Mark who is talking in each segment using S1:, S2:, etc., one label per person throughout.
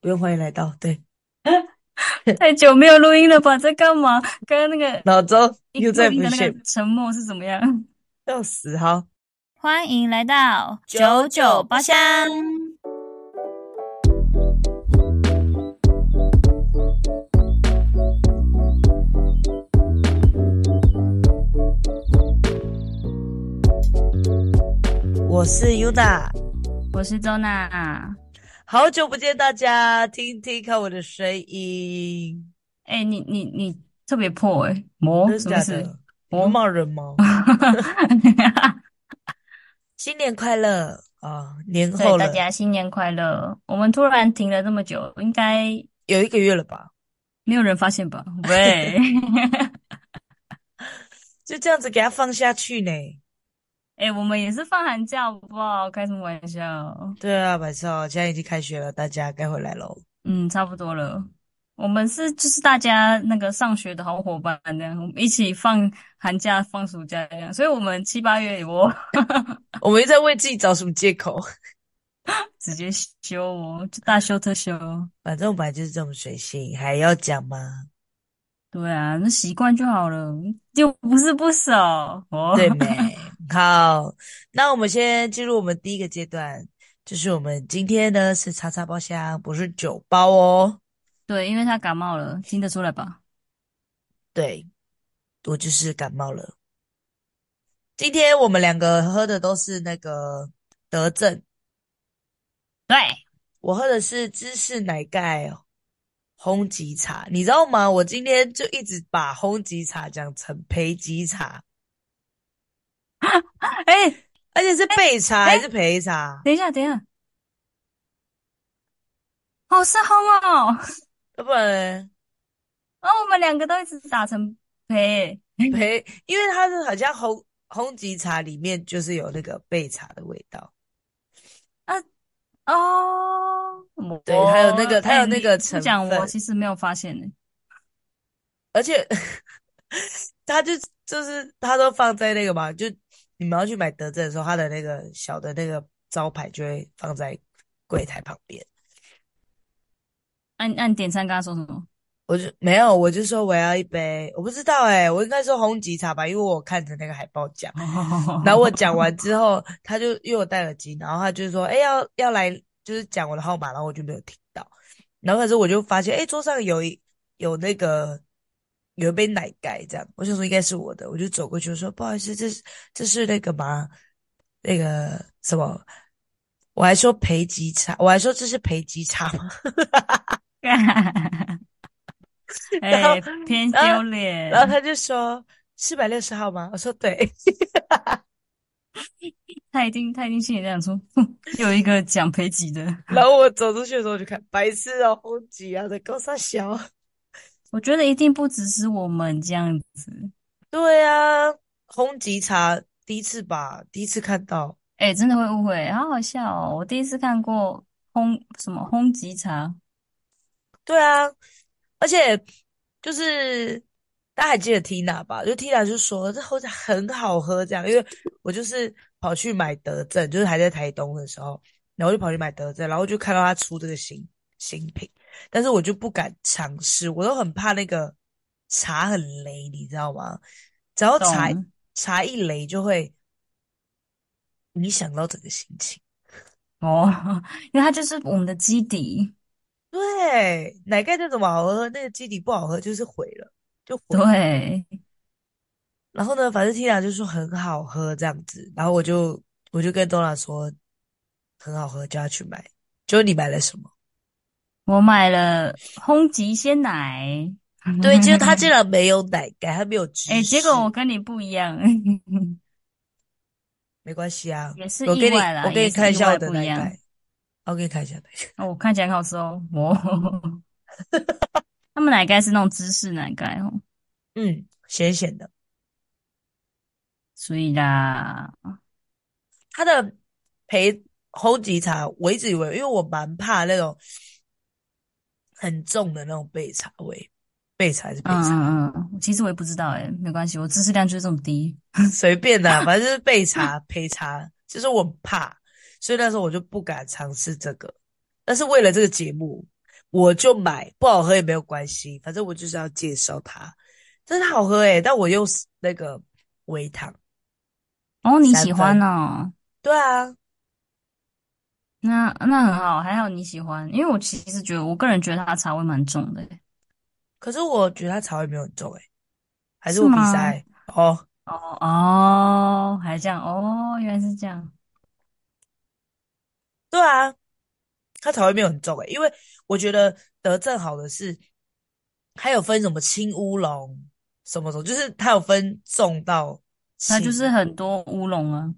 S1: 不用欢迎来到，对，
S2: 太久没有录音了吧？在干嘛？刚刚那个
S1: 老周
S2: 一
S1: 又
S2: 录
S1: 在
S2: 音
S1: 不
S2: 的那
S1: 屑
S2: 个，沉默是怎么样？
S1: 笑死，好，
S2: 欢迎来到
S1: 九九包
S2: 厢。
S1: 我是 Yuna，
S2: 我是周娜。
S1: 好久不见大家，听听看我的声音，
S2: 哎、你你你特别破哎、魔
S1: 真
S2: 什
S1: 的
S2: 么
S1: 假
S2: 事？
S1: 的？你
S2: 魔
S1: 们骂人吗？
S2: 哦
S1: 新年快乐啊！年后
S2: 对大
S1: 了，
S2: 家新年快乐！我们突然停了这么久，应该
S1: 有一个月了吧？
S2: 没有人发现吧？ 喂，
S1: 就这样子给它放下去呢？
S2: 哎、我们也是放寒假好不好？开什么玩笑？
S1: 对啊，晚上现在已经开学了，大家该回来喽。
S2: 嗯，差不多了。我们是就是大家那个上学的好伙伴这样，我们一起放寒假、放暑假这样，所以我们七八月我
S1: 我们又在为自己找什么借口？
S2: 直接休哦，就大休特休。
S1: 反正我本来就是这么随性，还要讲吗？
S2: 对啊，那习惯就好了，又不是不熟哦。
S1: 对没？好，那我们先进入我们第一个阶段，就是我们今天呢是叉叉包厢，不是酒包哦。
S2: 对，因为他感冒了，听得出来吧？
S1: 对，我就是感冒了。今天我们两个喝的都是那个德政，
S2: 对，
S1: 我喝的是芝士奶盖哦烘吉茶，你知道吗？我今天就一直把烘吉茶讲成培吉茶，
S2: 哎、
S1: 而且是焙茶
S2: 哎
S1: 还是焙茶？
S2: 等一下，等一下，好是红哦，
S1: 要不然呢
S2: 然后我们两个都一直打成陪，
S1: 培， 因为它是好像红红吉茶里面就是有那个焙茶的味道，
S2: 哦，我
S1: 对还有那个还有那个
S2: 哎你不讲
S1: 成分
S2: 我其实没有发现呢。
S1: 而且 它就就是它都放在那个嘛，就你们要去买德政的时候，它的那个小的那个招牌就会放在柜台旁边。
S2: 按按点餐，刚刚说什么？
S1: 我就没有，我就说我要一杯，我不知道哎、我应该说红吉茶吧，因为我看着那个海报讲。 然 后我讲完之后，他就因为我戴耳机，然后他就说：“哎、要要来，就是讲我的号码。”然后我就没有听到。然后可是我就发现，哎、桌上有一有那个有一杯奶盖，这样，我想说应该是我的，我就走过去我说：“不好意思，这是这是那个吗？那个什么？”我还说培吉茶，我还说这是培吉茶吗？ 然后
S2: 哎，偏
S1: 然后
S2: 丢脸
S1: 然，后他就说：“四百六十号吗？”我说：“对。”
S2: 他一定他一定心里这样说， 哼，又一个讲陪级的。
S1: 然后我走出去的时候，我就看白痴啊，红吉啊，在高沙小。
S2: 我觉得一定不只是我们这样子。
S1: 对啊，红吉茶第一次吧，第一次看到，
S2: 哎，真的会误会，好好笑哦！我第一次看过烘什么烘吉茶，
S1: 对啊，而且就是大家还记得 Tina 吧？就 Tina 就说这红茶很好喝，这样，因为我就是跑去买德政，就是还在台东的时候，然后就跑去买德政，然后就看到他出这个新新品，但是我就不敢尝试，我都很怕那个茶很雷，你知道吗？只要茶
S2: 懂？
S1: 茶一雷，就会影响到整个心情。
S2: 哦， 因为它就是我们的基底，
S1: 对，奶盖再怎么好喝，那个基底不好喝就是毁了，就毁了。
S2: 对，
S1: 然后呢，反正 Tina 就说很好喝这样子，然后我就我就跟 Dora 说很好喝，叫他去买。结果你买了什么？
S2: 我买了烘吉鲜奶，
S1: 对，结果他竟然没有奶盖，他没有
S2: 嗯哎、
S1: 芝
S2: 结
S1: 士，
S2: 果我跟你不一样，
S1: 没关系啊，
S2: 也是
S1: 我
S2: 意
S1: 给你
S2: 外
S1: 我
S2: 啦，
S1: 给
S2: 也
S1: 你
S2: 是
S1: 看一
S2: 意
S1: 下我
S2: 外
S1: 的
S2: 不一
S1: 奶
S2: 样。
S1: 盖，我给你看一下奶盖。
S2: 哦，我看起来很好吃哦，哦， 他们奶盖是那种芝士奶盖哦，
S1: 嗯，咸咸的，
S2: 所以啦，
S1: 它的焙红吉茶，我一直以为，因为我蛮怕那种很重的那种焙茶味，焙茶还是焙茶。
S2: 嗯嗯嗯，其实我也不知道哎、没关系，我知识量就是这么低，
S1: 随便啦、反正就是焙茶、焙茶，就是我很怕，所以那时候我就不敢尝试这个。但是为了这个节目，我就买，不好喝也没有关系，反正我就是要介绍它，真的好喝诶、但我用那个微糖，
S2: 哦，你
S1: 三
S2: 喜欢
S1: 分，
S2: 哦，
S1: 对啊，
S2: 那那很好，还好你喜欢，因为我其实觉得，我个人觉得它茶味蛮重的，欸
S1: 可是我觉得它茶味没有很重诶、还是
S2: 是
S1: 我鼻
S2: 吗？
S1: 塞哦，
S2: 哦哦，还这样哦，原来是这样，
S1: 对啊，它茶味没有很重诶、欸因为我觉得德政好的是，它有分什么轻乌龙什么什么，就是它有分重到
S2: 它就是
S1: 轻。
S2: 很多乌龙啊。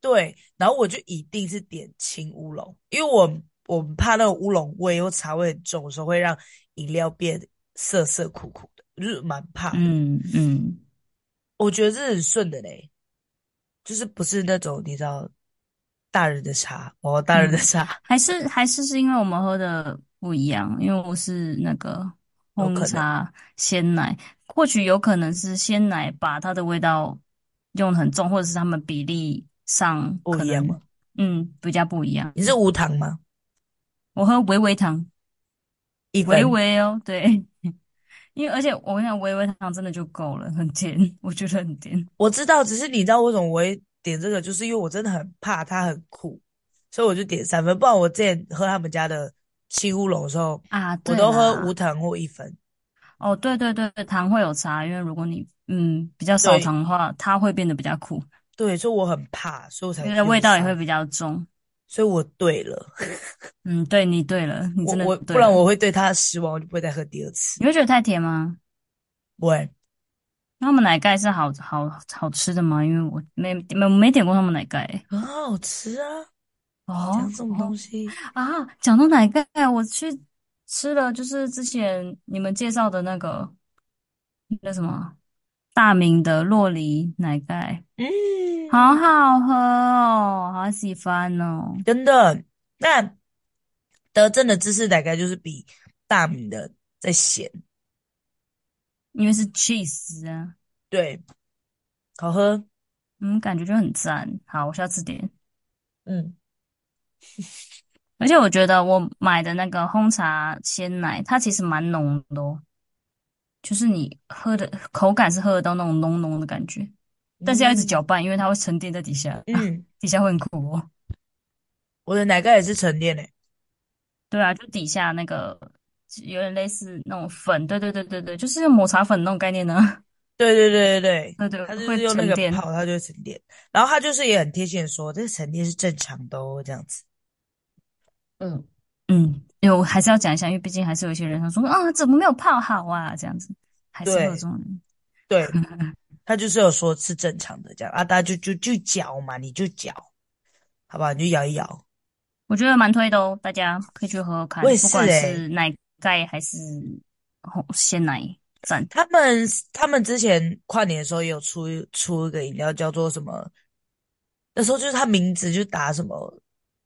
S1: 对，然后我就一定是点青乌龙，因为我我们怕那种乌龙味又茶味很重的时候，会让饮料变涩涩苦苦的，就是蛮怕的。
S2: 嗯嗯，
S1: 我觉得这很顺的嘞，就是不是那种你知道大人的茶哦，大人的
S2: 嗯，
S1: 茶
S2: 还是还是是因为我们喝的不一样，因为我是那个
S1: 有
S2: 红
S1: 可能
S2: 茶鲜奶，或许有可能是鲜奶把它的味道用得很重，或者是他们比例上
S1: 不
S2: 可
S1: 一样
S2: 能
S1: 嘛。
S2: 嗯比较不一样。
S1: 你是无糖吗？
S2: 我喝微微糖，
S1: 一
S2: 微
S1: 分
S2: 微哦，对， 因为而且我跟你讲，微微糖真的就够了，很甜，我觉得很甜。
S1: 我知道，只是你知道为什么我会点这个，就是因为我真的很怕它很苦，所以我就点三分。不然我之前喝他们家的青乌龙的时候，
S2: 啊，
S1: 我
S2: 对
S1: 都喝无
S2: 啦，
S1: 糖或一分。
S2: 哦，对对对，糖会有差，因为如果你嗯比较少
S1: 对
S2: 糖的话，它会变得比较苦，
S1: 对，所以我很怕，所以我才
S2: 因为
S1: 用
S2: 味道也
S1: 三
S2: 会比
S1: 分。
S2: 较重。
S1: 所以我对了，
S2: 嗯，对你对了， 你
S1: 我
S2: 真的
S1: 我不
S2: 对
S1: 然
S2: 了。
S1: 我会对它失望，我就不会再喝第二次。
S2: 你会觉得太甜吗？
S1: 不 会，
S2: 那他们奶盖是好好好吃的吗？因为我没没没点过他们奶盖欸。
S1: 很好吃啊！
S2: 哦
S1: 讲这种
S2: 哦
S1: 东西，
S2: 啊！讲到奶盖，我去吃了，就是之前你们介绍的那个那什么大明的洛梨奶盖，好
S1: 嗯，
S2: 好喝哦，好喜欢哦。
S1: 真的。那德政的芝士奶盖就是比大米的再咸，
S2: 因为是 cheese 啊，
S1: 对，好喝。
S2: 嗯，感觉就很赞。好，我下次点。
S1: 嗯，
S2: 而且我觉得我买的那个烘茶鲜奶，它其实蛮浓的哦，就是你喝的口感是喝得到那种浓浓的感觉，但是要一直搅
S1: 嗯
S2: 拌，因为它会沉淀在底下，
S1: 嗯，
S2: 底下会很苦哦。
S1: 我的奶盖也是沉淀欸嘞、
S2: 对啊，就底下那个有点类似那种粉，对对对对对，就是抹茶粉那种概念呢、啊
S1: 对对对对对，
S2: 对对，
S1: 它就
S2: 会
S1: 是用那
S2: 沉
S1: 个
S2: 淀。
S1: 泡，它就会沉淀。然后它就是也很贴心的说，这个沉淀是正常的哦，这样子。
S2: 嗯嗯，因为我还是要讲一下，因为毕竟还是有一些人他说啊，怎么没有泡好啊？这样子，还是会有
S1: 对
S2: 这种人。
S1: 对，他就是有说是正常的这样啊，大家就就就嚼嘛，你就嚼，好不好？你就摇一摇。
S2: 我觉得蛮推的哦，大家可以去喝喝
S1: 我
S2: 看，
S1: 也
S2: 不
S1: 是欸
S2: 管
S1: 诶、
S2: 是奶盖还是红鲜奶，赞。
S1: 他们他们之前跨年的时候也有出出一个饮料叫做什么，那时候就是他名字就打什么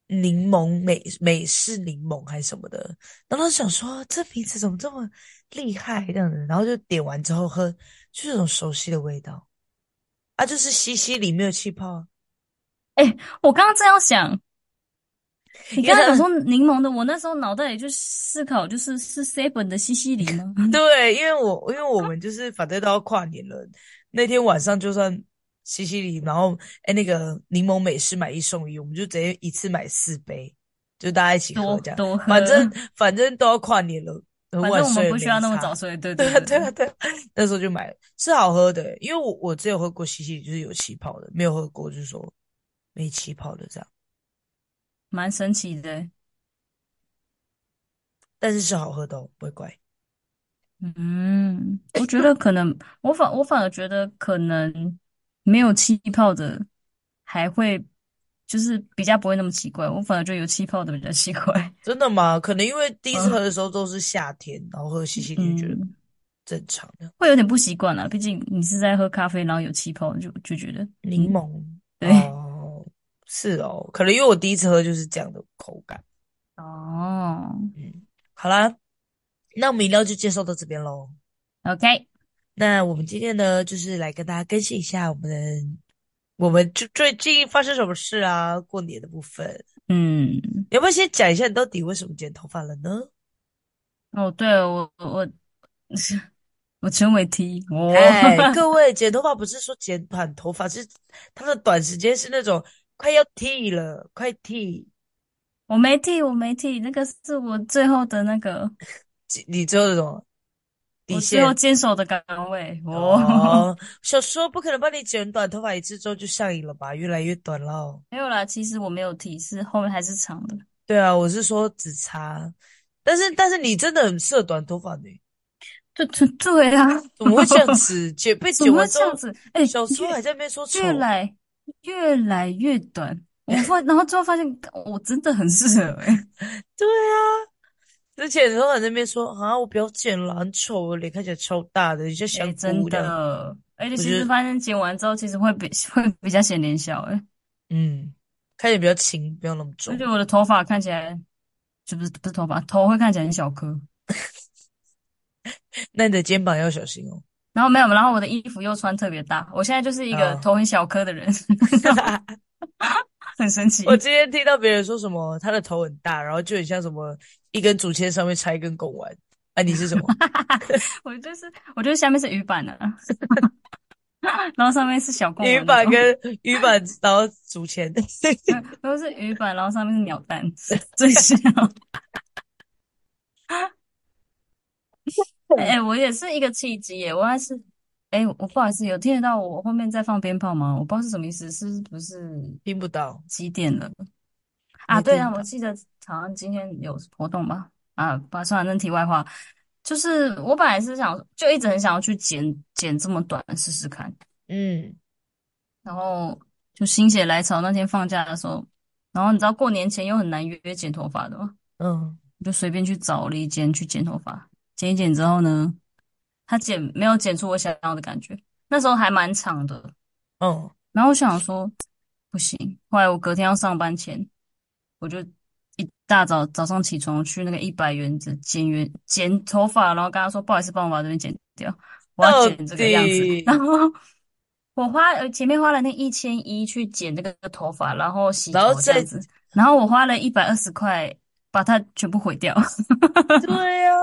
S1: 柠檬美美式柠檬还是什么的，然后想说这名字怎么这么厉害这样子，然后就点完之后喝，就是有种熟悉的味道啊，就是西西里面有气泡啊，
S2: 哎，我刚刚正要想，
S1: 因
S2: 你
S1: 为
S2: 刚刚
S1: 他
S2: 讲
S1: 们。
S2: 说柠檬的，我那时候脑袋里就思考，就是是 seven 的西西里 吗？
S1: 对，因为我因为我们就是反正都要跨年了，那天晚上就算西西里，然后哎那个柠檬美式买一送一，我们就直接一次买四杯，就大家一起喝
S2: 多
S1: 这样，
S2: 多
S1: 反正
S2: 喝，
S1: 反正都要跨年了，很
S2: 反
S1: 晚
S2: 正我们
S1: 睡也
S2: 不需
S1: 没
S2: 要那么早
S1: 差。
S2: 睡。 对
S1: 对
S2: 对
S1: 啊，
S2: 对
S1: 对啊，对
S2: 对，
S1: 啊，那时候就买了，是好喝的，因为我我只有喝过西西里，就是有气泡的，没有喝过就是说没气泡的这样，
S2: 蛮神奇的。欸
S1: 但是是好喝的哦，不会怪。
S2: 嗯，我觉得可能，我反我反而觉得可能没有气泡的还会就是比较不会那么奇怪，我反而觉得有气泡的比较奇怪。
S1: 真的吗？可能因为第一次喝
S2: 嗯
S1: 的时候都是夏天，然后喝西西里就觉得
S2: 嗯，
S1: 正常的。
S2: 会有点不习惯啦，毕竟你是在喝咖啡，然后有气泡，就就觉得
S1: 柠
S2: 嗯，
S1: 檬
S2: 对，
S1: 哦，是哦，可能因为我第一次喝就是这样的口感。
S2: 哦
S1: 嗯，好啦，那我们饮料就介绍到这边喽。
S2: ，OK，
S1: 那我们今天呢，就是来跟大家更新一下我们的我们最最近发生什么事啊？过年的部分，
S2: 嗯，
S1: 要不要先讲一下你到底为什么剪头发了呢？
S2: 哦，对了，我我我陈伟霆，我
S1: 哎，各位剪头发不是说剪短头发，是它的短时间是那种快要剃了，快剃。
S2: 我没剃，我没剃，那个是我最后的那个，
S1: 几你只有那种底
S2: 我最后
S1: 线
S2: 坚守的岗位。哦，
S1: 哦。小时候不可能帮你剪短头发一次之后就上瘾了吧？越来越短了。
S2: 没有啦，其实我没有剃，是后面还是长的。
S1: 对啊，我是说只差，但是但是你真的很适合短头发呢，
S2: 对对对啊，
S1: 怎么会这样子？剪被
S2: 怎
S1: 剪
S2: 么会
S1: 完之
S2: 这样
S1: 后，
S2: 子？哎、
S1: 小时候还
S2: 越
S1: 在那边说
S2: 越
S1: 丑，
S2: 来越来越短，我发，然后最后发现我真的很适合、哎，
S1: 对啊。之前都在那边说啊，我不要剪了，很丑，我脸看起来超大的，很像
S2: 哎、
S1: 香
S2: 真
S1: 菇这样。
S2: 的，而且
S1: 我
S2: 其
S1: 觉
S2: 实
S1: 得，
S2: 发现剪完之后，其实会比 会比较显脸小、哎，
S1: 嗯，看起来比较轻，不要那么
S2: 而且
S1: 重。
S2: 我的头发看起来，就不是不是头发，头会看起来很小颗。
S1: 那你的肩膀要小心哦。
S2: 然后没有，然后我的衣服又穿特别大，我现在就是一
S1: 啊、
S2: 个头很小颗的人， 很神
S1: 我
S2: 奇。
S1: 今天听到别人说什么，他的头很大，然后就很像什么一根竹签上面插一根贡丸。啊，你是 什么？
S2: 我就是我就是下面是鱼板的、啊，然后上面是小贡
S1: 鱼
S2: 丸那
S1: 板
S2: 种，
S1: 跟鱼板，然后竹签。
S2: 没有，嗯都是鱼板，然后上面是鸟蛋，最小。哎、我也是一个契机耶，我还是，哎、我不好意思，有听得到我后面在放鞭炮吗？我不知道是什么意思，是不是
S1: 听不到，
S2: 几点了啊？
S1: 没
S2: 对
S1: 听
S2: 啊，我
S1: 到。
S2: 记得好像今天有活动吧？啊，不，算了，那题外话，就是我本来是想，就一直很想要去剪剪这么短试试看，
S1: 嗯，
S2: 然后就心血来潮那天放假的时候，然后你知道过年前又很难约剪头发的嘛，
S1: 嗯，
S2: 我就随便去找了一间去剪头发，剪一剪之后呢。他剪没有剪出我想要的感觉，那时候还蛮长的。
S1: 嗯，
S2: 然后我想说不行，后来我隔天要上班前，我就一大早早上起床去那个一百元的剪圆剪头发，然后跟他说不好意思，帮我把这边剪掉，我要
S1: 到
S2: 剪这个样子。然
S1: 底，
S2: 后我花呃前面花了那一千一去剪这个头发，然后洗
S1: 然后
S2: 头这样
S1: 再
S2: 子，然后我花了一百二十块把它全部毁掉。
S1: 对啊呀、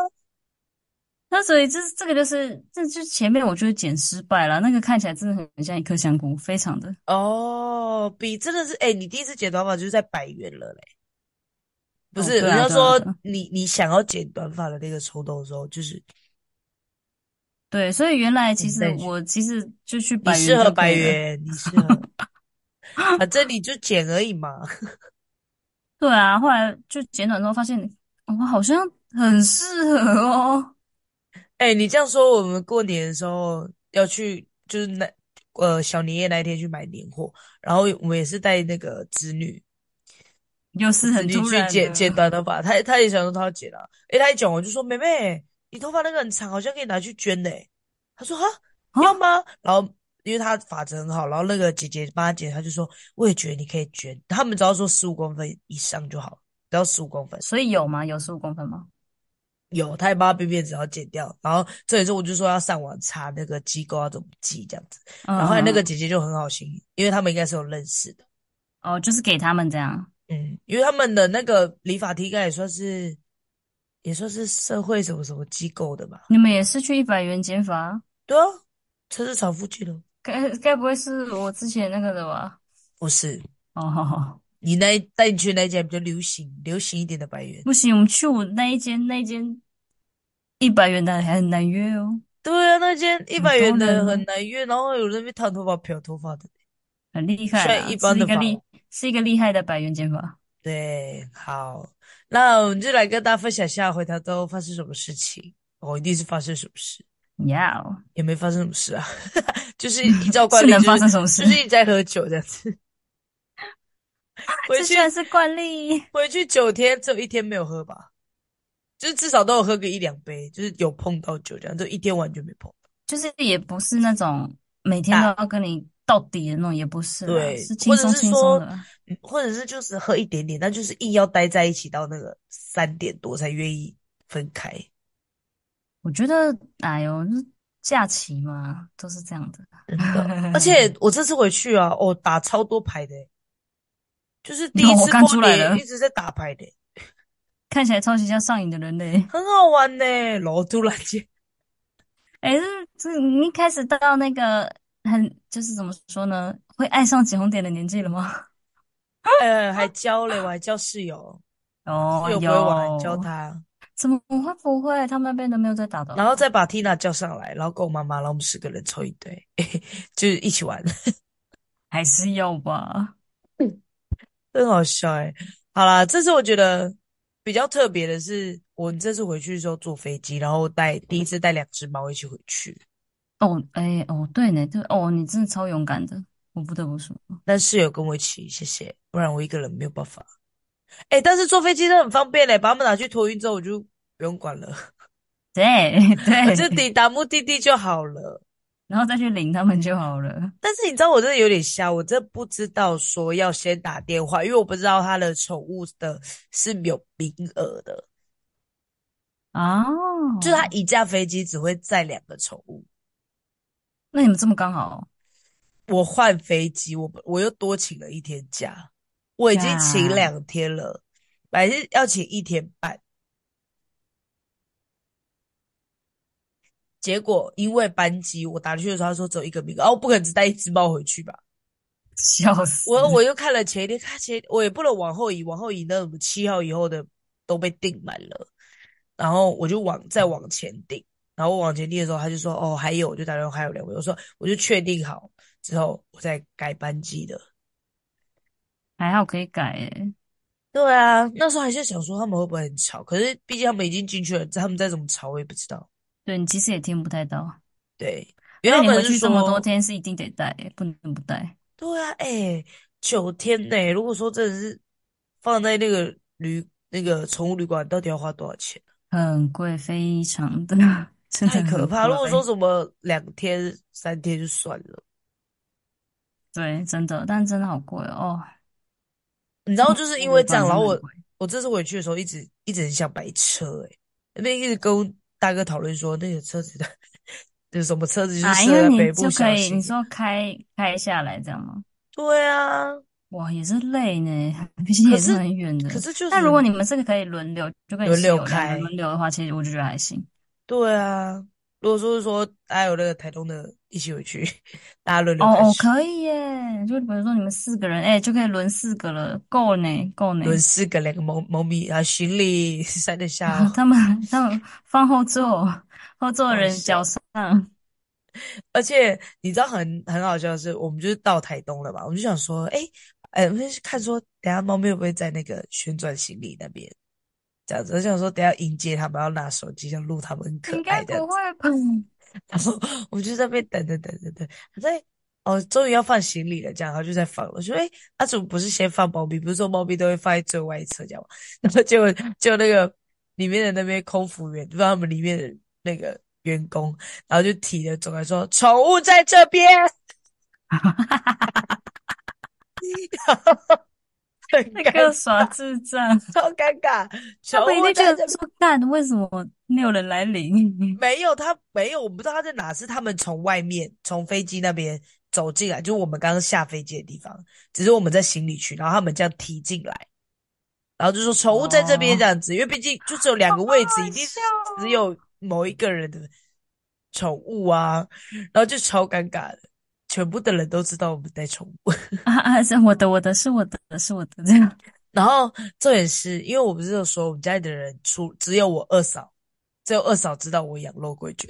S2: 那所以就是这个就是这就是前面我觉得剪失败了，那个看起来真的很很像一颗香菇，非常的。
S1: 哦，比真的是，哎、你第一次剪短发就是在百元了嘞，不
S2: 哦，
S1: 是，
S2: 对
S1: 我
S2: 啊，
S1: 要
S2: 对啊，
S1: 说
S2: 对啊，
S1: 你你想要剪短发的那个冲动的时候，就是
S2: 对。所以原来其
S1: 你
S2: 实
S1: 再去，
S2: 我其实就去
S1: 你
S2: 百
S1: 适
S2: 元
S1: 合
S2: 就
S1: 百
S2: 可以了。
S1: 元，你适 合，反正你就剪而已嘛。
S2: 对啊，后来就剪短之后发现，哦我好像很适合哦。
S1: 哎、你这样说，我们过年的时候要去，就是那呃小年夜那一天去买年货，然后我们也是带那个侄女，
S2: 又
S1: 我
S2: 是
S1: 侄
S2: 很
S1: 女
S2: 突
S1: 去
S2: 然啊
S1: 剪
S2: 的，
S1: 剪短头发，她她也想说她要剪啊，诶、她一剪我就说妹妹，你头发那个很长，好像可以拿去捐呢、她说哈
S2: 啊，
S1: 要吗？然后因为她发质很好，然后那个姐姐帮她剪，她就说我也觉得你可以捐，他们只要说十五公分以上就好，只要十五公分。
S2: 所以有吗？有十五公分吗？
S1: 有，他也帮他便便纸要剪掉，然后这也是我就说要上网查那个机构要怎么寄这样子，
S2: 嗯
S1: 然后后来那
S2: 嗯
S1: 个
S2: 嗯，
S1: 姐姐就很好心，因为他们应该是有认识的，
S2: 哦，就是给他们这样。
S1: 嗯，因为他们的那个理发厅应该也算是也算是社会什么什么机构的吧，
S2: 你们也是去一百元剪发？
S1: 对啊，车市场附近哦的，
S2: 该该不会是我之前那个的吧？
S1: 不是
S2: 哦，好好。
S1: 你那一带你去那一家比较流行流行一点的百元，
S2: 不行，我们去我那一间，那一间一百元的还很难约哦，
S1: 对啊，那间一
S2: 很
S1: 百元
S2: 多
S1: 的
S2: 人
S1: 很
S2: 哦，
S1: 难约，然后有人被烫头发漂头发的，
S2: 很厉害
S1: 虽然一
S2: 啦，
S1: 般
S2: 是一
S1: 的
S2: 个
S1: 发。
S2: 厉，是一个厉害的百元减法。
S1: 对，好，那我们就来跟大家分享一下回答都发生什么事情。哦，一定是发生什么事，
S2: 呀哦，
S1: 也没发生什么事啊， 就是依照惯
S2: 是
S1: 例，
S2: 能
S1: 就
S2: 发
S1: 是
S2: 生什么事？
S1: 就是一直在喝酒这样 子。回
S2: 这
S1: 去
S2: 居然是惯例。
S1: 回去九天，只有一天没有喝吧，就是至少都有喝个一两杯，就是有碰到酒这样，就一天完全没碰到。
S2: 就是也不是那种每天都
S1: 大，
S2: 要跟你到底的那种，也不是啦，
S1: 对，
S2: 是
S1: 或
S2: 轻
S1: 者
S2: 松
S1: 是
S2: 轻松
S1: 说，
S2: 的啦。
S1: 嗯或者是就是喝一点点，但就是硬要待在一起到那个三点多才愿意分开。
S2: 我觉得，哎呦，就是假期嘛，都是这样的。
S1: 真的，而且我这次回去啊，我、打超多牌的欸、就是第一
S2: 我
S1: 次
S2: 看
S1: 过
S2: 出来
S1: 年
S2: 了，
S1: 一直在打牌的欸、
S2: 看起来超级像上瘾的人类。
S1: 很好玩呢、然后突然间，
S2: 哎，这这你一开始到那个很就是怎么说呢，会爱上起红点的年纪了吗？
S1: 呃，还教嘞，我还教室友，
S2: 哦
S1: 室友不会玩，教他，
S2: 怎么会不会？他们那边都没有在打的哦。
S1: 然后再把 Tina 叫上来，然后跟我妈妈，然后我们四个人凑一堆， 就是一起玩，
S2: 还是要吧。
S1: 很好笑哎、好啦，这次我觉得比较特别的是，我这次回去的时候坐飞机，然后带第一次带两只猫一起回去，
S2: 哦，哎，哦，对呢，对，哦，你真的超勇敢的，我不得不说。
S1: 但室友跟我一起，谢谢，不然我一个人没有办法。哎、但是坐飞机真的很方便嘞、把它们拿去托运之后，我就不用管了，
S2: 对
S1: 我
S2: 对，
S1: 就抵达目的地就好了。
S2: 然后再去领他们就好了。
S1: 但是你知道我真的有点瞎，我真的不知道说要先打电话，因为我不知道他的宠物的是有名额的，
S2: 啊，
S1: 就是他一架飞机只会载两个宠物。
S2: 那你们这么刚好哦，
S1: 我换飞机，我我又多请了一天假，我已经请
S2: 呀
S1: 两天了，本来是要请一天半，结果因为班机我打去的时候，他说只有一个名额，哦，不可能只带一只猫回去吧？
S2: 笑死！
S1: 我我又看了前一天，看前我也不能往后移，往后移那种七号以后的都被订满了，然后我就往再往前订，然后我往前订的时候，他就说哦还有，我就打电话还有两位，我说我就确定好之后，我再改班机的。
S2: 还好可以改欸诶。
S1: 对啊，那时候还是想说他们会不会很吵，可是毕竟他们已经进去了，他们再怎么吵我也不知道。
S2: 对你其实也听不太到，
S1: 对，因为
S2: 那
S1: 他
S2: 你
S1: 们
S2: 回
S1: 是
S2: 去这么多
S1: 说，
S2: 天是一定得带诶，不能不带。
S1: 对啊，哎、九天呢、如果说真的是放在那个旅那个宠物旅馆，到底要花多少钱？
S2: 很贵，非常的，真
S1: 太
S2: 的
S1: 可
S2: 很
S1: 怕！如果说
S2: 贵。
S1: 什么两天三天就算了，
S2: 对，真的，但真的好贵哦。
S1: 你知道，就是因
S2: 旅
S1: 为这
S2: 馆
S1: 样，然
S2: 真
S1: 后
S2: 的很欸
S1: 我
S2: 贵。
S1: 我这次回去的时候，一直一直很想买车、欸，那边一直跟大哥讨论说，那个车子的 就是什么车子，就是
S2: 啊，
S1: 适
S2: 因
S1: 合
S2: 为
S1: 在
S2: 你
S1: 北部
S2: 就可
S1: 小
S2: 以，
S1: 型
S2: 你
S1: 的。
S2: 说开开下来这样吗？
S1: 对啊。
S2: 嗯哇，也是累呢，毕竟
S1: 可
S2: 也
S1: 是，
S2: 是很远的。
S1: 可是就
S2: 但如果
S1: 是
S2: 你们这个可以轮流，就跟你
S1: 轮
S2: 室
S1: 流
S2: 友两个人
S1: 开，
S2: 轮流的话，其实我就觉得还行。
S1: 对啊。如果说是说大家有那个台东的一起回去， 大家轮
S2: 哦
S1: 流开
S2: 哦，
S1: 始
S2: 可以耶！就比如说你们四个人，哎，就可以轮四个了，够了呢，够了
S1: 轮
S2: 呢。
S1: 四个两个猫猫咪啊，行李 塞得下哦，
S2: 他们他们放后座，后座的
S1: 好
S2: 人脚
S1: 笑。
S2: 上，
S1: 而且你知道很很好笑的是，我们就是到台东了嘛，我们就想说，哎、哎，我们就看说，等一下猫咪会不会在那个旋转行李那边这样子？我想说，等一下迎接他们，要拿手机要录他们很可
S2: 应该
S1: 爱这样
S2: 不
S1: 子。
S2: 会 吧？
S1: 然后我就在那边等等等等等，他在哦，终于要放行李了，这样，然后就在放了。我说，哎，他怎么不是先放猫咪？不是说猫咪都会放在最外侧这样吗？ 然后结果就那个里面的那边空服员，不知道他们里面的那个员工，然后就提着走来说，宠物在这边， 很
S2: 那
S1: 尴
S2: 个耍智障，
S1: 超尴尬，宠
S2: 他们一
S1: 物
S2: 定觉
S1: 在
S2: 得
S1: 这边。
S2: 说干，为什么没有人来领？
S1: 没有，他没有，我不知道他在哪，是他们从外面从飞机那边走进来，就是我们刚刚下飞机的地方，只是我们在行李区，然后他们这样踢进来，然后就说宠物在这边
S2: 哦，
S1: 这样子，因为毕竟就只有两
S2: 好
S1: 个位置，一
S2: 好
S1: 定
S2: 笑
S1: 是只
S2: 哦！
S1: 有某一个人的宠物啊，然后就超尴尬的，全部的人都知道我们带宠物，
S2: 啊啊！是我的，我的是我的，是我的，这样。
S1: 然后重点是因为我不是有说我们家里的人除只有我二嫂，只有二嫂知道我养肉桂卷。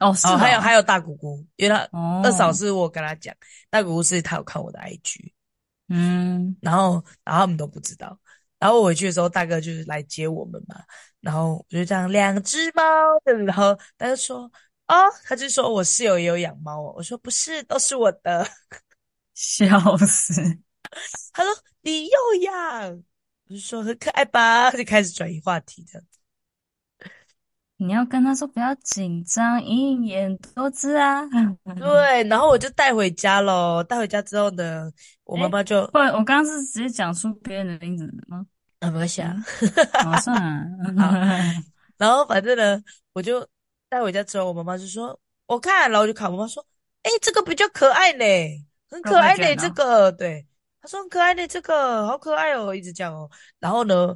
S2: 哦，
S1: 哦，
S2: 是
S1: 还有还
S2: 哦，
S1: 有大姑姑，因为她二嫂
S2: 哦，
S1: 是我跟她讲，大姑姑是她有看我的 IG，
S2: 嗯，
S1: 然后然后他们都不知道，然后我回去的时候，大哥就是来接我们嘛，然后我就这样两只猫，然后他就说哦，他就说我室友也有养猫哦，我说不是，都是我的，
S2: 笑死，
S1: 他说你又养，我就说很可爱吧，就开始转移话题这样子，
S2: 你要跟他说不要紧张，一言多之啊。
S1: 对，然后我就带回家喽，带回家之后呢，我妈
S2: 哎，
S1: 妈就
S2: 不然我刚刚是直接讲出别人的名字吗？
S1: 啊没关系啊。
S2: 嗯，哦，算
S1: 好，
S2: 了，
S1: 然后反正呢，我就带回家之后，我妈妈就说：“我看。”然后我就看我妈妈说：“哎，这个比较可爱呢，很可
S2: 肉桂
S1: 爱呢，
S2: 卷
S1: 这
S2: 哦，
S1: 个对。”她说：“很可爱呢，这个好可爱哦，一直这样哦。”然后呢，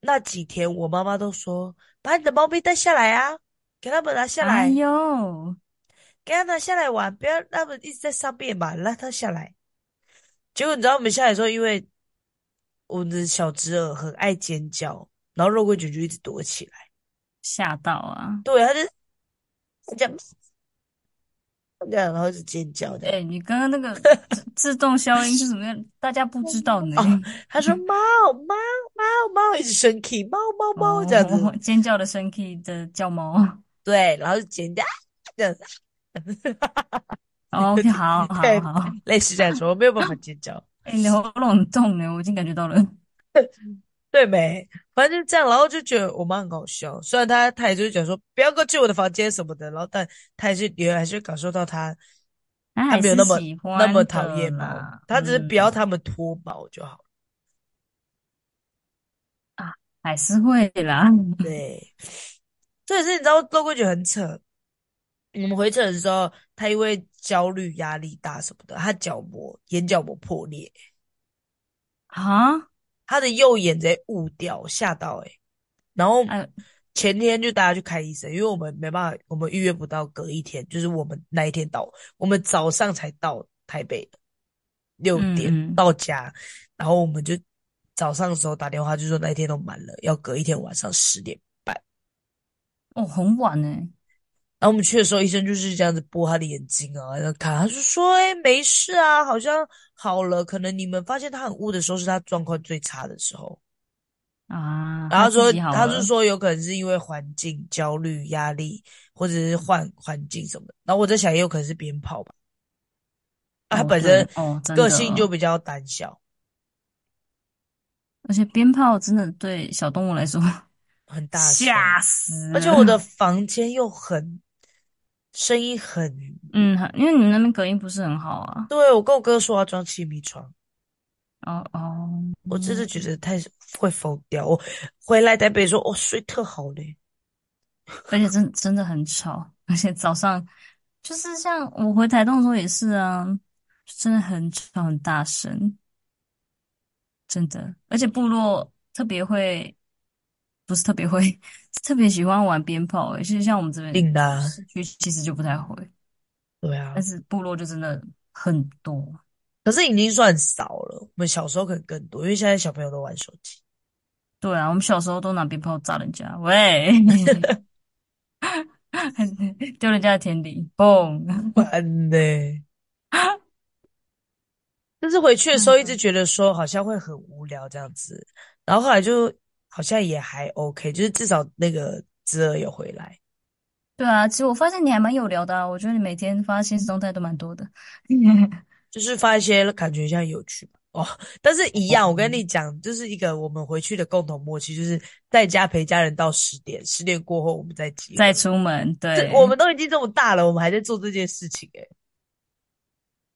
S1: 那几天，我妈妈都说把你的猫咪带下来啊，给它们拿下
S2: 哎
S1: 来，
S2: 呦，
S1: 给它拿下来玩，不要让它们一直在上面嘛，让它下来。结果你知道我们下来的时候，因为我们的小侄儿很爱尖叫，然后肉桂卷就一直躲起来，
S2: 吓到啊！
S1: 对，他就他 这样，这样，然后就尖叫这样。
S2: 哎，你刚刚 那个自自动消音是怎么样？大家不知道呢。
S1: 哦，他 说猫猫猫猫，一直生气，猫猫猫这样子，
S2: 哦，尖叫的声 key 的 叫猫。
S1: 对，然后就尖叫啊这样子，
S2: 哦，OK，好好
S1: 对
S2: 好。
S1: 类似这样说，我没有办法尖叫，
S2: 哎，你的喉咙很痛呢，我已经感觉到了。
S1: 对没？反正就这样，然后就觉得我妈很搞笑，虽然她她也就是讲说不要过去我的房间什么的，然后但她还是也还是感受到她
S2: 他
S1: 她
S2: 还
S1: 没有
S2: 是
S1: 那么
S2: 喜
S1: 那么
S2: 欢
S1: 讨
S2: 的
S1: 厌猫，
S2: 啦，
S1: 她只是不要
S2: 嗯
S1: 他们脱毛就好了。
S2: 啊，还是会啦。
S1: 对，这也是你知道肉桂卷很扯。我们回程的时候，他因为焦虑、压力大什么的，他角膜、眼角膜破裂，
S2: 啊，
S1: 他的右眼直接雾掉，吓到诶、欸。然后
S2: 哎，
S1: 前天就大家去看医生，因为我们没办法，我们预约不到隔一天，就是我们那一天到，我们早上才到台北的，六点
S2: 嗯嗯，
S1: 到家，然后我们就早上的时候打电话，就说那一天都满了，要隔一天晚上十点半。
S2: 哦，很晚呢。
S1: 然后我们去的时候，医生就是这样子拨他的眼睛啊，然后看，他就说：“哎，没事啊，好像好了。可能你们发现他很污的时候，是他状况最差的时候。
S2: 啊，
S1: 然
S2: 他
S1: 后
S2: 自
S1: 说，
S2: 己好
S1: 他就
S2: 了。
S1: 说有可能是因为环境、焦虑、压力，或者是换环境什么的。然后我在想，也有可能是鞭炮吧。啊他
S2: 哦，
S1: 本
S2: 对，
S1: 身
S2: 哦，真
S1: 个
S2: 的，
S1: 性就比较胆小，
S2: 而且鞭炮真的对小动物来说
S1: 很大声，
S2: 吓死
S1: 而且我的
S2: 了。
S1: 房间又很声音很……
S2: 嗯，因为你们那边隔音不是很好啊。
S1: 对，我跟我哥说我要装气密窗。”
S2: 哦哦，
S1: 我真的
S2: 嗯，
S1: 觉得太会疯掉。我回来台北说，我、哦、睡特好嘞。
S2: 而且真真的很吵， 而且早上就是像我回台东的时候也是啊，就真的很吵很大声，真的。而且部落特别会，不是特别会， 特别喜欢玩鞭炮、欸。其实像我们这边
S1: 定的啊，
S2: 市区其实就不太会，
S1: 对
S2: 但
S1: 啊。
S2: 是部落就真的很多。
S1: 可是已经算少了。我们小时候可能更多，因为现在小朋友都玩手机。
S2: 对啊，我们小时候都拿鞭炮炸人 家，喂，丢人家的田里，嘣！
S1: 烦 呢、但是回去的时候一直
S2: 嗯
S1: 觉得说好像会很无聊这样子，然后后来就好像也还 OK，就是至少那个侄儿有回来。
S2: 对啊，其实我发现你还蛮有聊的啊，我觉得你每天发现实动态都 蛮多的。
S1: 就是发一些感觉像有趣吧。哦，但是一样，我跟
S2: 嗯，
S1: 你讲，就是一个我们回去的共同默契，就是在家陪家人到十点，十点过后我们再集
S2: 再
S1: 合。
S2: 出门，
S1: 这我们
S2: 对，
S1: 都已经这么大了，我们还在做这件事情、欸，诶，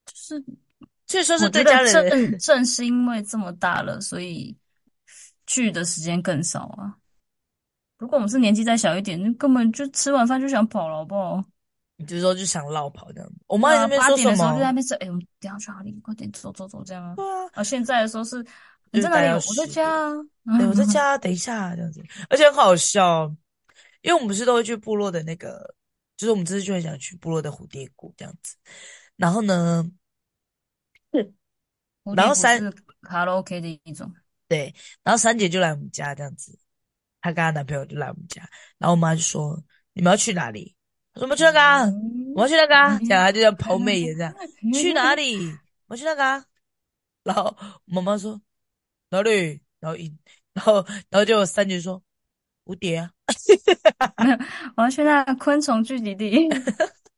S2: 就是
S1: 所以说是
S2: 我觉
S1: 对
S2: 得
S1: 家人的，
S2: 正正是因为这么大了，所以聚的时间更少啊。如果我们是年纪再小一点，那根本就吃完饭就想跑了，好不好？
S1: 你就说就想绕跑这样子。我
S2: 对
S1: 妈在
S2: 啊，
S1: 那边
S2: 八
S1: 说
S2: 点
S1: 什
S2: 的时候就在
S1: 么？
S2: 那边说，哎、我们等一下去哪里？快点走走走，这样啊。
S1: 对啊，
S2: 啊，现在的时候是，
S1: 就
S2: 你
S1: 是
S2: 在哪
S1: 待
S2: 里？
S1: 到
S2: 我
S1: 十
S2: 在家
S1: 点。
S2: 啊。
S1: 对，我在
S2: 嗯，
S1: 家，等一下这样子，而且很好笑，因为我们不是都会去部落的那个，就是我们这次就很想去部落的蝴蝶谷这样子。然后呢，是然
S2: 蝴蝶
S1: 后
S2: 谷
S1: 三
S2: 是卡拉 OK 的一种。
S1: 对，然后三姐就来我们家这样子，她跟她男朋友就来我们家，然后我妈就说你们要去哪里？她说我们去那个啊，
S2: 嗯
S1: 我们要去那个啊，这样她就这样抛媚眼这样，去哪里？我们去那个啊。然后我妈妈说哪里？然后一然后然后就有三姐说蝴蝶啊，
S2: 我要去那个昆虫聚集地，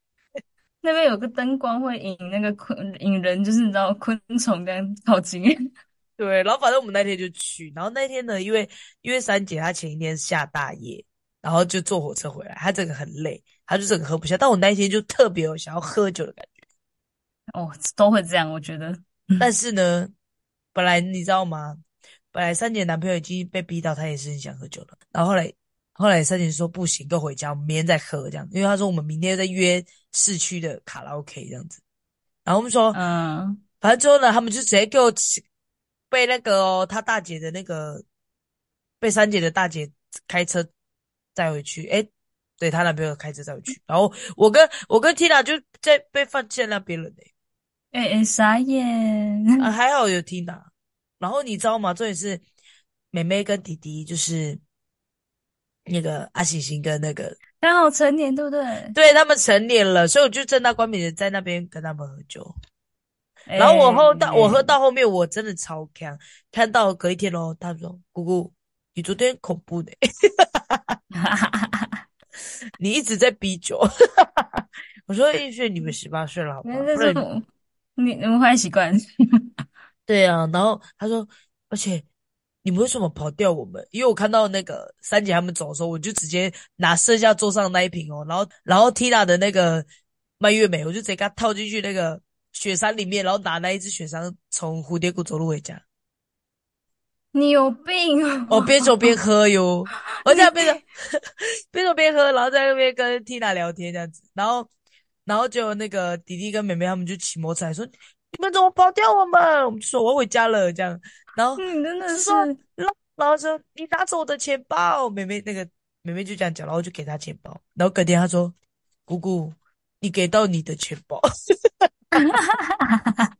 S2: 那边有个灯光会引那个昆引人，就是你知道昆虫这 样靠近。
S1: 对，然后反正我们那天就去，然后那天呢，因为因为三姐她前一天下大夜，然后就坐火车回来，她整个很累，她就整个喝不下。但我那一天就特别有想要喝酒的感觉，
S2: 哦，都会这样，我觉得。
S1: 但
S2: 嗯
S1: 是呢，本来你知道吗？本来三姐男朋友已经被逼到，她也是很想喝酒了。然后后来后来三姐说不行，跟我回家，我们明天再喝这样，因为她说我们明天再约市区的卡拉 OK 这样子。然后我们说，
S2: 嗯，
S1: 反正最后呢，他们就直接给我起被那个哦，他大姐的那个。被三姐的大姐开车载回去，诶，对她男朋友开车载回去，然后我跟我跟 Tina 就在被放在那边了呢、
S2: 哎、哎，傻眼！
S1: 啊，还好有 Tina。然后你知道吗？重点是妹妹跟弟弟就是那个阿星星跟那个，
S2: 刚好成年，对不对？
S1: 对他们成年了，所以我就正大光明的在那边跟他们喝酒。然后我后
S2: 哎
S1: 到我喝到后面，我真的超强，看到隔一天咯，他说：“姑姑，你昨天恐怖的、你一直在逼酒。” 我说：“一岁你们十八岁了，好
S2: 哎，
S1: 吗？
S2: 那
S1: 不
S2: 这
S1: 然
S2: 种你你们坏习惯，
S1: 对啊，然后他说，而且你们为什么跑掉我们？因为我看到那个三姐他们走的时候，我就直接拿剩下桌上的那一瓶哦，然后然后 Tina 的那个蔓越莓，我就直接给它套进去那个雪山里面，然后拿那一只雪山从蝴蝶谷走路回家。
S2: 你有病哦！
S1: 哦，边走边喝哟，我这样边走 边走边喝，然后在那边跟 Tina 聊天这样子，然后然后就那个弟弟跟妹妹他们就骑摩托车来说：“你们怎么跑掉我们？”我们就说：“我要回家了。”这样，然后。
S2: 嗯，真的
S1: 是
S2: 是
S1: 说，然后然后说你拿走我的钱包，妹妹那个妹妹就这样讲，然后就给她钱包，然后隔天她说姑姑，你给到你的钱包，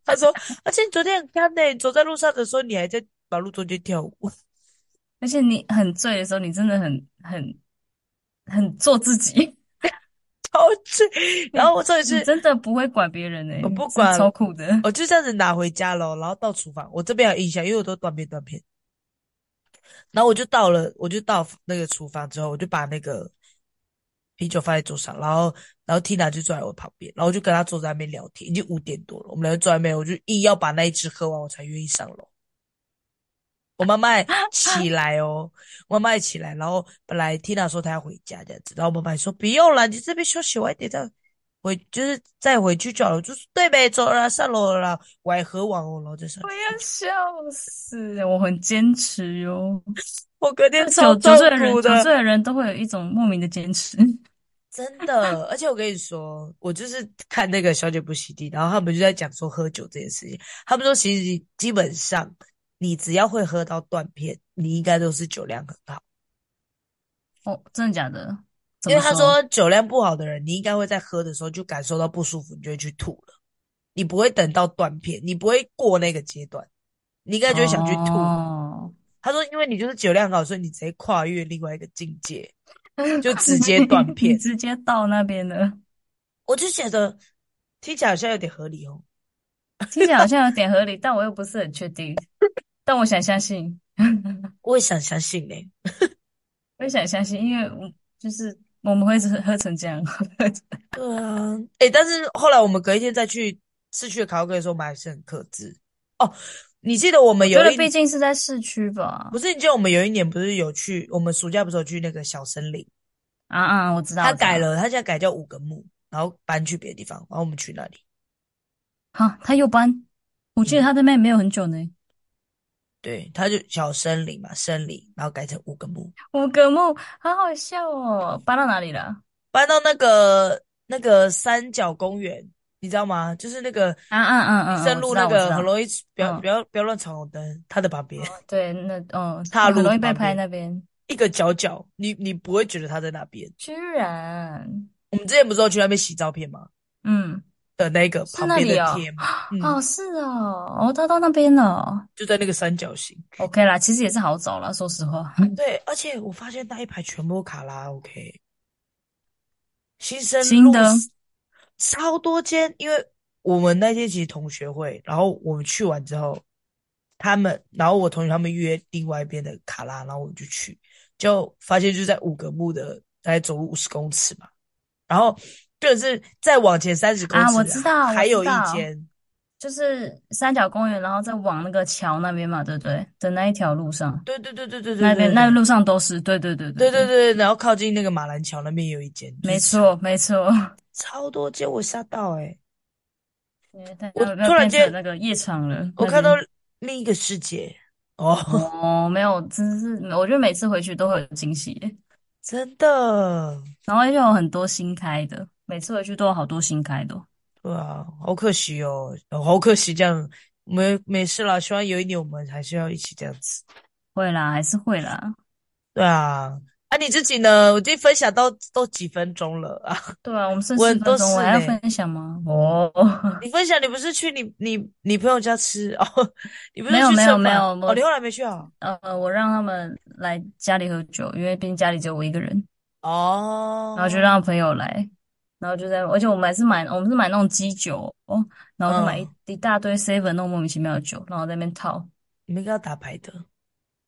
S1: 她说而且你昨天很看呢、你走在路上的时候你还在马路中间跳舞，
S2: 而且你很醉的时候，你真的很很很做 自己，
S1: 超醉，然后我这一
S2: 你
S1: 次
S2: 真的不会管别人诶、
S1: 我
S2: 你
S1: 不
S2: 真
S1: 管
S2: 超酷的。
S1: 我就这样子拿回家咯，然后到厨房，我这边还有印象，因为我都断片断片，然后我就到了，我就到那个厨房之后，我就把那个啤酒放在桌上，然后然后 Tina 就坐在我旁边，然后我就跟她坐在那边聊天，已经五点多了，我们俩就坐在那边，我就硬要把那一支喝完，我才愿意上楼。我妈妈还起来哦，我妈妈还起来，然后本来 Tina 说她要回家这样子，然后我妈妈还说不用了，你这边休息晚一点再回，就是再回去就好了。我就说对呗，走了啦上楼了啦，我还喝完哦，然后再上
S2: 我
S1: 去。
S2: 要笑死！我很坚持哟。
S1: 我隔天超
S2: 酒酒
S1: 痛
S2: 醉的人，
S1: 苦
S2: 酒
S1: 的，
S2: 醉的人都会有一种莫名的坚持。
S1: 真的，而且我跟你说，我就是看那个《小姐不洗地》，然后他们就在讲说喝酒这件事情。他们说，其实基本上你只要会喝到断片，你应该都是酒量很好。
S2: 哦，真的假的？怎
S1: 因为
S2: 么
S1: 他
S2: 说？
S1: 说酒量不好的人，你应该会在喝的时候就感受到不舒服，你就会去吐了。你不会等到断片，你不会过那个阶段，你应该就会想去吐。
S2: 哦，
S1: 他说，因为你就是酒量好，所以你直接跨越另外一个境 界，就直接断
S2: 你
S1: 片。
S2: 直接到那边了，
S1: 我就觉得听起来好像有点合理哦。
S2: 听起来好像有点合理，但我又不是很确定。但我想相信，
S1: 我也想相信欸呢、
S2: 我也想相信，因为我就是我们会喝成这样。
S1: 对啊，哎、但是后来我们隔一天再去市区的卡拉 OK 的时候，我们还是很克制。哦，你记得我
S2: 我
S1: 们
S2: 觉
S1: 有
S2: 得
S1: 一
S2: 毕竟是在市区吧。
S1: 不是？你记得我们有一年不是有去？我们暑假不是有去那个小森林？
S2: 啊啊，我知道，
S1: 他
S2: 我知
S1: 改
S2: 道。
S1: 了，他现在改叫五个木，然后搬去别的地方，然后我们去那里。
S2: 哈，他又搬，我记得
S1: 嗯，
S2: 他在那边没有很久呢。
S1: 对，他就小森林嘛，森林，然后改成五个木，
S2: 五个梦，好好笑哦！搬到哪里了？
S1: 搬到那个那个三角公园，你知道吗？就是那个
S2: 啊啊啊
S1: 民
S2: 啊啊！
S1: 生
S2: 我
S1: 路
S2: 知
S1: 那
S2: 道，我知
S1: 个很
S2: 道。
S1: 容易不要不
S2: 嗯，哦
S1: 要不要乱闯红灯，它的旁边。
S2: 对，那嗯，
S1: 岔
S2: 很
S1: 路
S2: 容易被
S1: 旁
S2: 拍
S1: 边
S2: 那边。
S1: 一个角角，你你不会觉得他在那边。
S2: 居然，
S1: 我们之前不是有去那边洗照片吗？
S2: 嗯，
S1: 的那个
S2: 是
S1: 旁
S2: 那
S1: 边的
S2: 里哦。
S1: 贴吗？嗯，
S2: 哦，是哦，哦，他到那边了。
S1: 就在那个三角形。
S2: OK 啦，其实也是好找啦，说实话。
S1: 对，而且我发现那一排全部都卡拉 OK，新生
S2: 新
S1: 路
S2: 的，
S1: 超多间。因为我们那天其实同学会，然后我们去完之后，他们，然后我同学他们约另外一边的卡拉，然后我们就去，就发现就在五个木的，大概走路五十公尺嘛。然后就是再往前三十公
S2: 啊，我
S1: 尺，
S2: 知道，我
S1: 还
S2: 知
S1: 有一
S2: 道，
S1: 间，
S2: 就是三角公园，然后再往那个桥那边嘛，对不对？的那一条路上，
S1: 对对对对对对
S2: 那边
S1: 对
S2: 那
S1: 对
S2: 路上都是，对对对对
S1: 对对对，
S2: 对，
S1: 然后靠近那个马兰桥那边也有一间，就是
S2: 没
S1: 超
S2: 错没错。
S1: 超多间，我吓到哎、欸，
S2: 对，但
S1: 我
S2: 要要
S1: 突然
S2: 变成
S1: 间
S2: 那个夜场了
S1: 我
S2: 那
S1: 看到
S2: 边。
S1: 另一个世界哦，
S2: 哦，没有，真是，我觉得每次回去都会有惊喜耶，
S1: 真的，
S2: 然后又有很多新开的，每次回去都有好多新开的哦。
S1: 对啊，好可惜哦，哦好可惜这样，没没事啦，希望有一年我们还是要一起这样子，
S2: 会啦，还是会啦。
S1: 对啊，啊你自己呢？我已经分享到都几分钟了啊，
S2: 对啊，我们剩
S1: 我
S2: 十
S1: 都
S2: 分
S1: 是
S2: 钟，我还要
S1: 嘞、
S2: 分享吗？哦，
S1: 你分享你不是去你你你朋友家吃哦？你不
S2: 没
S1: 是
S2: 有
S1: 去
S2: 没有
S1: 蹭
S2: 没
S1: 饭
S2: 有，
S1: 哦？
S2: 我
S1: 你后来没去啊？
S2: 呃，我让他们来家里喝酒，因为毕竟家里只有我一个人，然后就
S1: 哦，
S2: 让朋友来，然后就在，而且我们还是买，我们是买那种基酒哦，然后就买一
S1: 嗯，
S2: 一大堆 seven 那种莫名其妙的酒，然后在那边套，
S1: 你们跟他打牌的，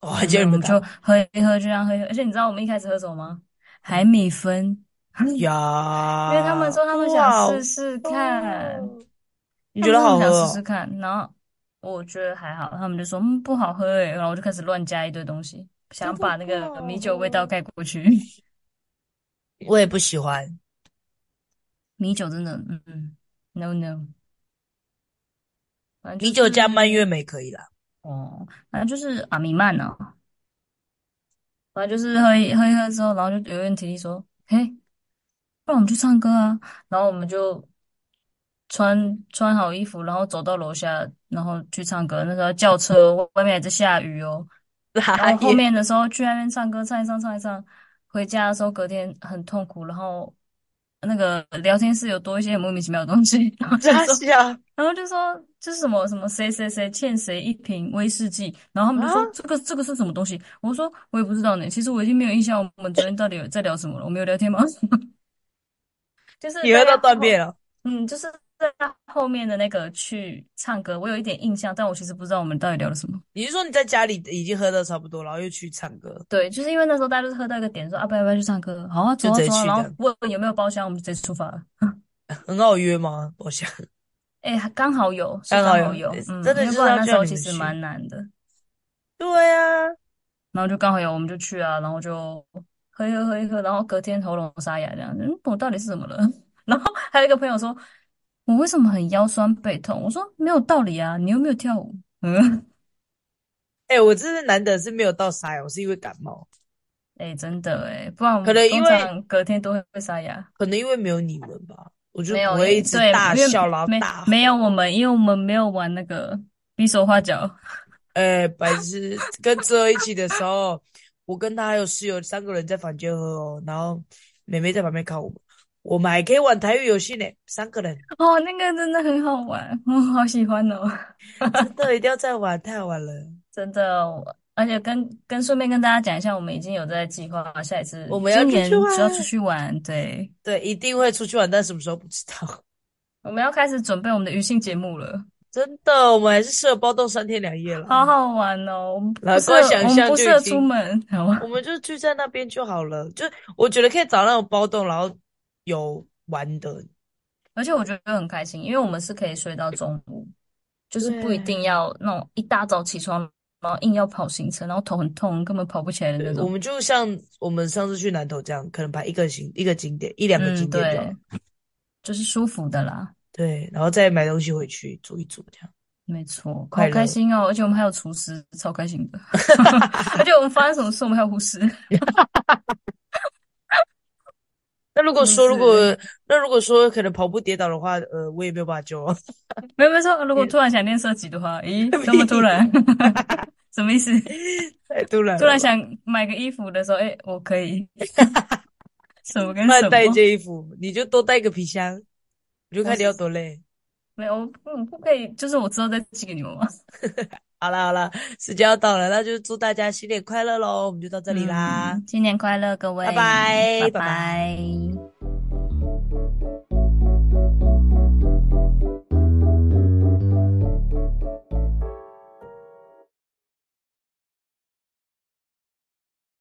S1: 哦，还
S2: 没有
S1: 叫你们
S2: 没有，我们
S1: 打
S2: 嗯就
S1: 牌，
S2: 喝一喝，就这样喝一喝，而且你知道我们一开始喝什么吗？海
S1: 嗯，
S2: 米芬，因为他们
S1: 呀，
S2: 说他们想
S1: 哇
S2: 试试看。
S1: 哦，你
S2: 他
S1: 觉得
S2: 们说他们
S1: 好喝
S2: 想试试
S1: 哦？
S2: 看，然后我觉得还好，他们就说嗯不好喝诶，然后我就开始乱加一堆东西，
S1: 真
S2: 想
S1: 的
S2: 把那
S1: 不
S2: 个
S1: 好
S2: 米酒味道
S1: 喝，
S2: 盖过去。
S1: 我也不喜欢。
S2: 米酒真的，嗯嗯，no no，反正
S1: 米
S2: 就
S1: 酒加蔓越
S2: 是
S1: 莓可以啦。
S2: 哦，反正就是阿米曼啊，反正就是喝一喝一喝之后，然后就有人提议说，嘿，不然我们去唱歌啊，然后我们就穿穿好衣服，然后走到楼下，然后去唱歌。那时候叫车，外面还在下雨哦。 然
S1: 哪
S2: 后 后
S1: 耶，
S2: 面的时候去那边唱歌，唱一唱，唱一唱。回家的时候隔天很痛苦，然后那个聊天室有多一些莫名其妙的东西，然后就
S1: 傻
S2: 说，
S1: 笑
S2: 然后就说这是什么什么谁谁谁欠谁一瓶威士忌，然后他们
S1: 啊？
S2: 就说这个这个是什么东西？我说我也不知道呢，其实我已经没有印象我们昨天到底有在聊什么了，我们有聊天吗？ 就 是
S1: 你
S2: 大
S1: 喝到
S2: 概
S1: 断
S2: 后，
S1: 片了？
S2: 嗯，就是在后面的那个去唱歌，我有一点印象，但我其实不知道我们到底聊了什么。
S1: 你是说你在家里已经喝的差不多，然后又去唱歌，
S2: 对，就是因为那时候大家就是喝到一个点，说啊，不要不要去唱歌，好啊，
S1: 就
S2: 走啊
S1: 直接
S2: 走啊，
S1: 去
S2: 然
S1: 这
S2: 后
S1: 样，
S2: 问问有没有包厢，我们就直接出发了。
S1: 很好约吗？我想
S2: 哎，还刚好有，是
S1: 刚好
S2: 刚
S1: 有，
S2: 好有，
S1: 真
S2: 嗯，
S1: 的
S2: 因为
S1: 就
S2: 不
S1: 是
S2: 然
S1: 要
S2: 那时
S1: 叫
S2: 候
S1: 你
S2: 其
S1: 们
S2: 实
S1: 去。
S2: 蛮难的，
S1: 对呀、啊，
S2: 然后就刚好有，我们就去啊，然后就喝一喝喝一喝，然后隔天喉咙沙哑这样，嗯，我到底是怎么了？ 然后还有一个朋友说，我为什么很腰酸背痛？我说没有道理啊，你又没有跳舞， 嗯，
S1: 哎、我真是难得是没有到沙哑，我是因为感冒，
S2: 哎，真的哎，不然我
S1: 可
S2: 们
S1: 能因
S2: 通
S1: 为
S2: 常隔天都会会沙哑。
S1: 可能因为没有你们吧，我就
S2: 没
S1: 不
S2: 有
S1: 会一
S2: 诶，
S1: 直
S2: 对，
S1: 大
S2: 因为
S1: 笑然后
S2: 没
S1: 大
S2: 没有我
S1: 吼。
S2: 们，因为我们没有玩那个比手画脚。
S1: 哎、白痴，跟这一起的时候，我跟他还有室友三个人在房间喝哦，然后妹妹在旁边看我们，我们还可以玩台语游戏呢，三个人
S2: 哦，那个真的很好玩，我好喜欢哦，
S1: 真的一定要再玩，太好玩了。
S2: 真的。我而且跟跟顺便跟大家讲一下，我们已经有在计划下一次
S1: 我们要
S2: 今
S1: 出去
S2: 年
S1: 玩，
S2: 只要出去玩，对，
S1: 对，一定会出去玩，但什么时候不知道。
S2: 我们要开始准备我们的娱乐节目了，
S1: 真的，我们还是适合包栋三天两夜啦。
S2: 好好玩哦。我们不
S1: 老
S2: 适
S1: 光
S2: 合，
S1: 想
S2: 我们
S1: 象
S2: 不
S1: 就
S2: 适
S1: 已
S2: 合出
S1: 经，
S2: 门，好
S1: 我
S2: 吗？
S1: 们就聚在那边就好了。就我觉得可以找那种包栋，然后有玩的。
S2: 而且我觉得很开心，因为我们是可以睡到中午，就是不一定
S1: 对，
S2: 要那种一大早起床，然后硬要跑行程，然后头很痛，根本跑不起来的
S1: 对，
S2: 那
S1: 我
S2: 种。
S1: 们就像我们上次去南投这样，可能排一个景一个景点，一两个
S2: 嗯，
S1: 景点就好
S2: 对，
S1: 了。
S2: 就是舒服的啦，
S1: 对，然后再买东西回去煮一煮，这样
S2: 没错，
S1: 快
S2: 好开
S1: 乐。
S2: 心哦！而且我们还有厨师，超开心 的。而且我们发生什么事，我们还有护士，
S1: 那如果
S2: 真的
S1: 说如果
S2: 是
S1: 那如果说可能跑步跌倒的话，呃，我也没有办法救哦。
S2: 没有没有说，如果
S1: 也
S2: 突然想练射击的 话，咦，这么突
S1: 屁，
S2: 然， 什么意思？
S1: 太突然
S2: 突
S1: 了吧？
S2: 然想买个衣服的时候，哎，我可以 什么 跟
S1: 帮你
S2: 什
S1: 带一
S2: 么？
S1: 件衣服，你就多带一个皮箱，你就
S2: 我
S1: 看你
S2: 是
S1: 要多累。
S2: 没有，我不不可以，就是我之后再寄给你们嘛。
S1: 好啦好啦，时间要到了，那就祝大家新年快乐喽！我们就到这里啦，
S2: 嗯，新年快乐，各
S1: 拜
S2: 位，拜
S1: 拜拜拜。
S2: 拜。